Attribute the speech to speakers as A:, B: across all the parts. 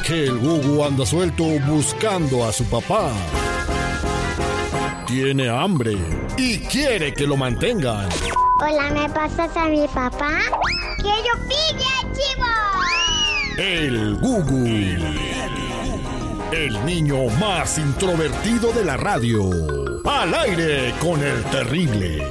A: noche el Gugu anda suelto buscando a su papá. Tiene hambre y quiere que lo mantengan.
B: Hola, ¿me pasas a mi papá? ¡Quiero pilla, chivo!
A: El Gugu. El niño más introvertido de la radio. Al aire con el terrible.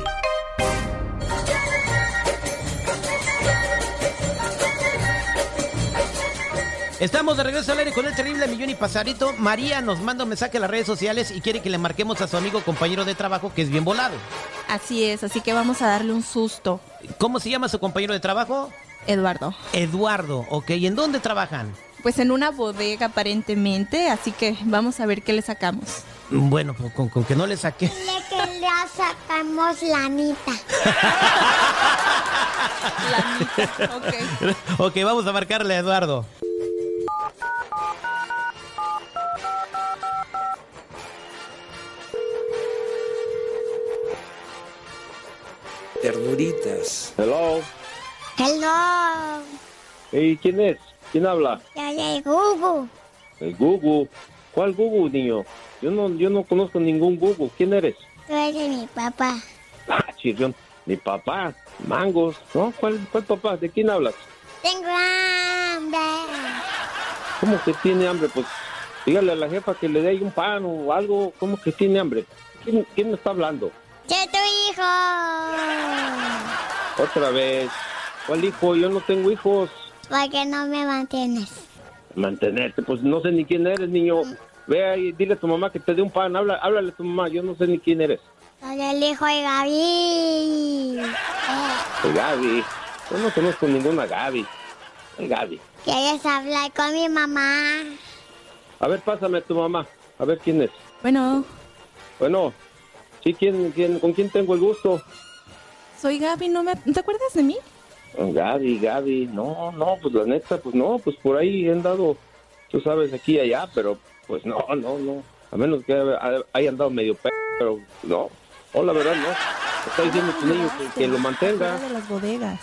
C: Estamos de regreso al aire con el terrible millón y pasadito. María nos manda un mensaje a las redes sociales y quiere que le marquemos a su amigo compañero de trabajo que es bien volado.
D: Así es, así que vamos a darle un susto.
C: ¿Cómo se llama su compañero de trabajo?
D: Eduardo.
C: Eduardo, ok. ¿Y en dónde trabajan?
D: Pues en una bodega aparentemente, así que vamos a ver qué le sacamos.
C: Bueno, pues con, con que no le saque.
B: Le que le sacamos la anita.
D: La mitad, ok.
C: ok, vamos a marcarle a Eduardo.
E: ternuritas.
F: Hello.
B: Hello,
F: Hey, ¿Quién es? ¿Quién habla?
B: ya llegó Gugu.
F: El Gugu. ¿Cuál Gugu, niño? Yo no, yo no conozco ningún Gugu. ¿Quién eres?
B: Tú eres mi papá.
F: Ah, chirrión. Mi papá. Mangos. ¿No? ¿Cuál, ¿Cuál papá? ¿De quién hablas?
B: Tengo hambre.
F: ¿Cómo que tiene hambre? Pues dígale a la jefa que le dé ahí un pan o algo. ¿Cómo que tiene hambre? ¿Quién, quién me está hablando?
B: ¡Que tu hijo!
F: Otra vez. ¿Cuál hijo? Yo no tengo hijos.
B: Porque no me mantienes.
F: Mantenerte. Pues no sé ni quién eres, niño. Ve ahí, dile a tu mamá que te dé un pan. Habla, háblale a tu mamá. Yo no sé ni quién eres.
B: Soy el hijo de Gaby.
F: El Gaby. Yo no conozco ninguna Gaby. El Gaby.
B: ¿Quieres hablar con mi mamá?
F: A ver, pásame a tu mamá. A ver quién es.
D: Bueno,
F: Bueno, sí, ¿quién, quién, ¿con quién tengo el gusto?
D: soy Gaby, ¿no, me, ¿no te acuerdas de mí?
F: Gaby, Gaby. No, no, pues la neta, pues no, pues por ahí he andado, tú sabes, aquí y allá, pero pues no, no, no. A menos que haya- haya andado medio pe... pero no. No, la verdad, no. Está diciendo tu niño que, que lo mantenga.
D: Fuera de las bodegas.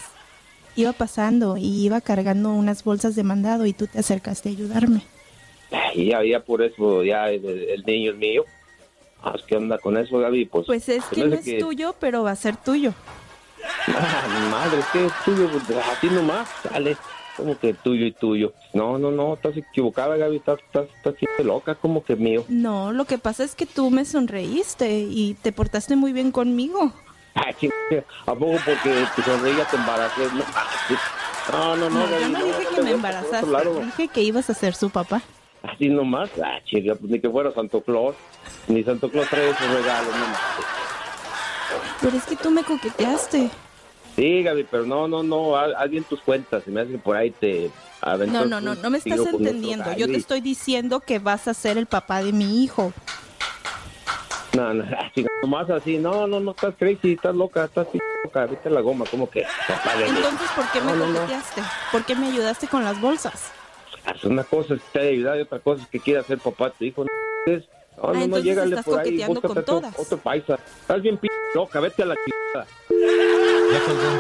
D: Iba pasando y iba cargando unas bolsas de mandado y tú te acercaste a ayudarme.
F: Y ya, ya por eso, ya el, el niño es mío. Ah, ¿Qué onda con eso, Gaby? Pues,
D: Pues es
F: se
D: que
F: me
D: no
F: hace
D: es tuyo, pero va a ser tuyo.
F: Ah, mi madre, ¿qué es tuyo? Pues, Así nomás, sale. Como que tuyo y tuyo. No, no, no, estás equivocada, Gaby, estás, estás, estás bien loca, como que mío.
D: No, lo que pasa es que tú me sonreíste y te portaste muy bien conmigo.
F: Ah, ching- ¿A poco porque te sonreía te embaracé? No, ah, No, no, no,
D: No,
F: Gaby,
D: yo no dije que
F: te
D: me
F: voy para otro
D: embarazaste,
F: lado.
D: dije que ibas a ser su papá.
F: Así nomás, ah, chica, pues ni que fuera Santo Claus. Ni Santo Claus trae sus regalos, no mames.
D: Pero es que tú me coqueteaste.
F: Sí, Gaby, pero no, no, no, haz haz bien tus cuentas. Se me hace que por ahí te aventó
D: No, no, no,
F: un
D: no me estás
F: tiro con otro
D: entendiendo. Yo te
F: Gaby.
D: estoy diciendo que vas a ser el papá de mi hijo.
F: No, no, así, nomás así, no, no, no, estás crazy, estás loca, estás p- loca, vete a la goma, como que papá de
D: Entonces, ¿por qué me
F: No, no, no.
D: coqueteaste? ¿Por qué me ayudaste con las bolsas?
F: Haz Una cosa es que te haya ayudado y otra cosa es que quiera ser papá tu hijo, no, es- no, no, no,
D: entonces
F: llégale
D: estás
F: por ahí,
D: coqueteando
F: búscate
D: con
F: otro,
D: todas.
F: otro paisa, estás bien p- loca, vete a la chingada.
C: Ya colgó.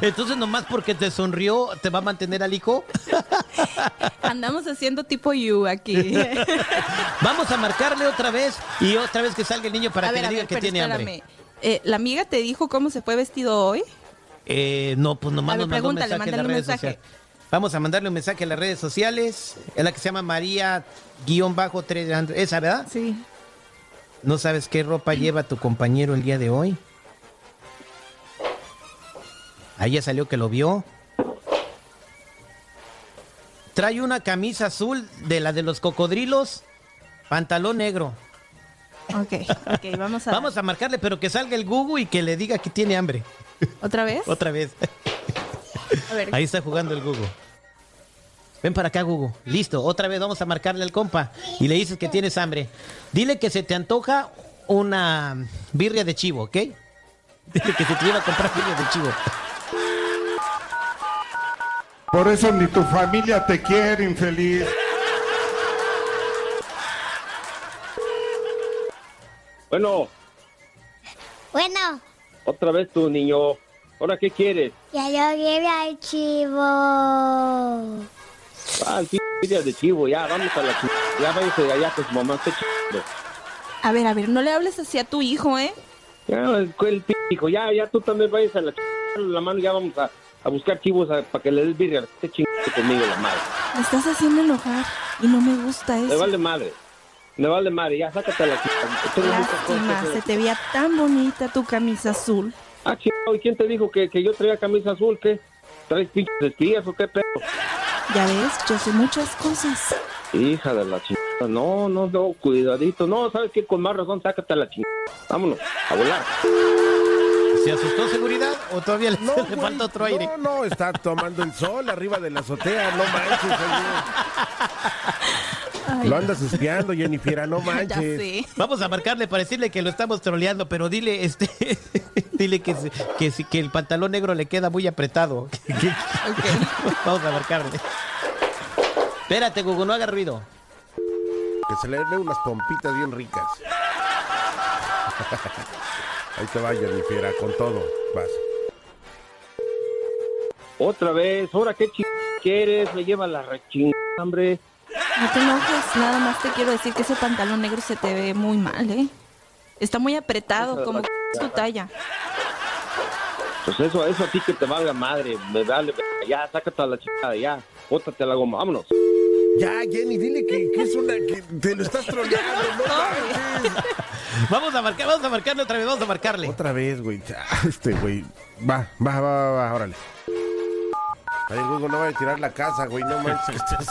C: Entonces, nomás porque te sonrió, ¿te va a mantener al hijo?
D: Andamos haciendo tipo you aquí.
C: Vamos a marcarle otra vez y otra vez que salga el niño para
D: a
C: que
D: ver,
C: le
D: a
C: diga
D: ver,
C: que
D: pero
C: tiene hambre.
D: espérame. Eh, ¿La amiga te dijo cómo se fue vestido hoy?
C: Eh, no, pues nomás
D: A
C: nos mandó
D: ver,
C: un
D: pregúntale,
C: mensaje en las
D: mándale un
C: redes
D: mensaje.
C: sociales. Vamos a mandarle un mensaje a las redes sociales. Es la que se llama María guión bajo 3 Esa, ¿verdad?
D: Sí.
C: ¿No sabes qué ropa lleva tu compañero el día de hoy? Ahí ya salió que lo vio. Trae una camisa azul de la de los cocodrilos, pantalón negro.
D: Ok, ok, vamos a.
C: Vamos a marcarle, pero que salga el Gugu y que le diga que tiene hambre.
D: ¿Otra vez?
C: Otra vez.
D: A ver,
C: Ahí está jugando el Gugu. Ven para acá, Gugu. Listo, otra vez vamos a marcarle al compa. Y le dices que tienes hambre. Dile que se te antoja una birria de chivo, ¿ok? Dile que se te iba a comprar birria de chivo.
G: Por eso ni tu familia te quiere, infeliz.
F: Bueno,
B: Bueno,
F: otra vez tu niño, ¿ahora qué quieres?
B: ya yo llevé al chivo.
F: Ah, el pinche de chivo, ya, vamos a la ch... Ya váyase de allá que su mamá está chingando.
D: A ver, a ver, no le hables así a tu hijo, ¿eh?
F: Ya, el, el p- dijo, ya, ya tú también vayas a la ch... La mano, ya vamos a, a buscar chivos a- para que le des birria. Este chingando conmigo la madre.
D: Me estás haciendo enojar y no me gusta
F: Le
D: eso.
F: vale madre. Le vale madre, ya, sácate a la ch... Tú no buscas cosas
D: Lástima,
F: que-
D: se te veía tan bonita tu camisa azul.
F: Ah, chingado, ¿y quién te dijo que, que yo traía camisa azul? ¿Qué? ¿Traes pinches espías o qué pedo?
D: Ya ves, yo sé muchas cosas.
F: Hija de la chingada. No, no, no, cuidadito. No, ¿sabes qué? Con más razón, sácate a la chingada. Vámonos, a volar.
C: ¿Se asustó seguridad o todavía le,
E: No,
C: le
E: güey,
C: falta otro aire?
E: No, no, está tomando el sol arriba de la azotea, no manches. oye. Lo andas espiando, Jennifer, no
D: Ya
E: manches.
D: sé.
C: Vamos a marcarle para decirle que lo estamos troleando, pero dile, este, dile que, se- que, si- que el pantalón negro le queda muy apretado. Vamos a marcarle. Espérate, Gugu, no haga ruido.
E: Que se le den unas pompitas bien ricas. Ahí te va, Jennifer, con todo. Vas.
F: Otra vez, ahora qué chingada quieres, me lleva la rechingada, hombre.
D: No te enojes, nada más te quiero decir que ese pantalón negro se te ve muy mal, ¿eh? Está muy apretado, como que es tu talla.
F: Pues eso, eso a ti que te valga madre, me vale, verga. ya, sácate a la chingada, ya, bótate la goma, vámonos.
E: Ya, Jenny, dile que, que es una. que te lo estás troleando, no manches.
C: Vamos a marcar, vamos a marcarle otra vez, vamos a marcarle.
E: Otra vez, güey. Ya, Este, güey. Va, va, va, va, va, órale. Ay, Hugo, no va a tirar la casa, güey. No manches que estás.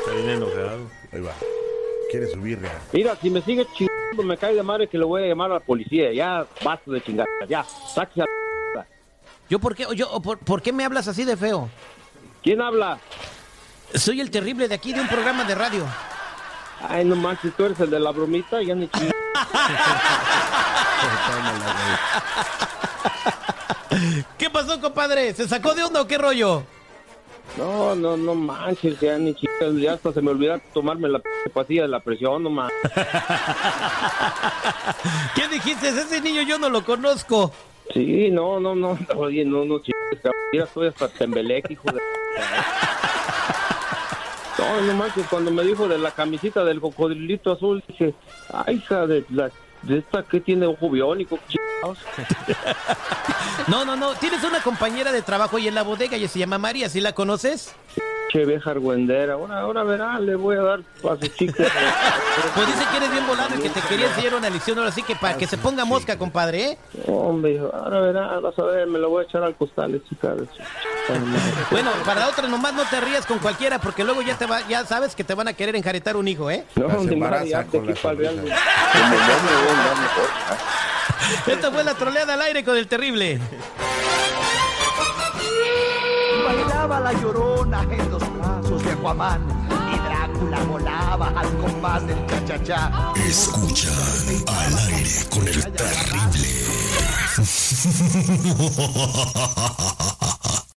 H: Está bien enojado.
E: Ahí va. Quiere subir, ya.
F: Mira, si me sigues chingando, me cae de madre que le voy a llamar a la policía, ya, basta de chingar, ya, sáquese a la chingada.
C: ¿Yo por qué, yo, por, por qué me hablas así de feo?
F: ¿Quién habla?
C: Soy el terrible de aquí de un programa de radio.
F: Ay, no manches, tú eres el de la bromita, ya ni chingas.
C: ¿Qué pasó, compadre? ¿Se sacó de onda o qué rollo?
F: No, no, no manches, ya ni chicas, ya hasta se me olvidó tomarme la p- pastilla de la presión, no manches.
C: ¿Qué dijiste? Ese niño yo no lo conozco.
F: Sí, no, no, no, oye, no, no chingues, cabrón, mira, estoy hasta tembeleque, hijo de... No, no manches, cuando me dijo de la camisita del cocodrilito azul, dije, ay, hija de la... De esta que tiene ojo biónico, chingados.
C: No, no, no. Tienes una compañera de trabajo y en la bodega y se llama María, ¿sí la conoces?
F: Che, vieja argüendera. Ahora, ahora verá, le voy a dar a su chico.
C: Pues dice que eres bien volado y que te quería enseñar una lección ahora sí que para que se ponga mosca, compadre, ¿eh?
F: Hombre, hijo, ahora verá, vas a ver, me lo voy a echar al costal, chica. de su- Ay, madre.
C: Bueno, para la otra nomás no te rías con cualquiera porque luego ya te va, ya sabes que te van a querer enjaretar un hijo, ¿eh?
F: No,
E: Las
F: ni
E: embaraza
F: madre, ya te
E: con la
F: equipa el
E: sonrisa.
F: Real Madrid. Como yo me voy a andar mejor.
C: Esta fue la troleada al aire con el terrible.
I: Bailaba la llorona en los brazos de Aquaman y Drácula volaba al compás del cha-cha-cha.
A: Escuchan al aire con el terrible.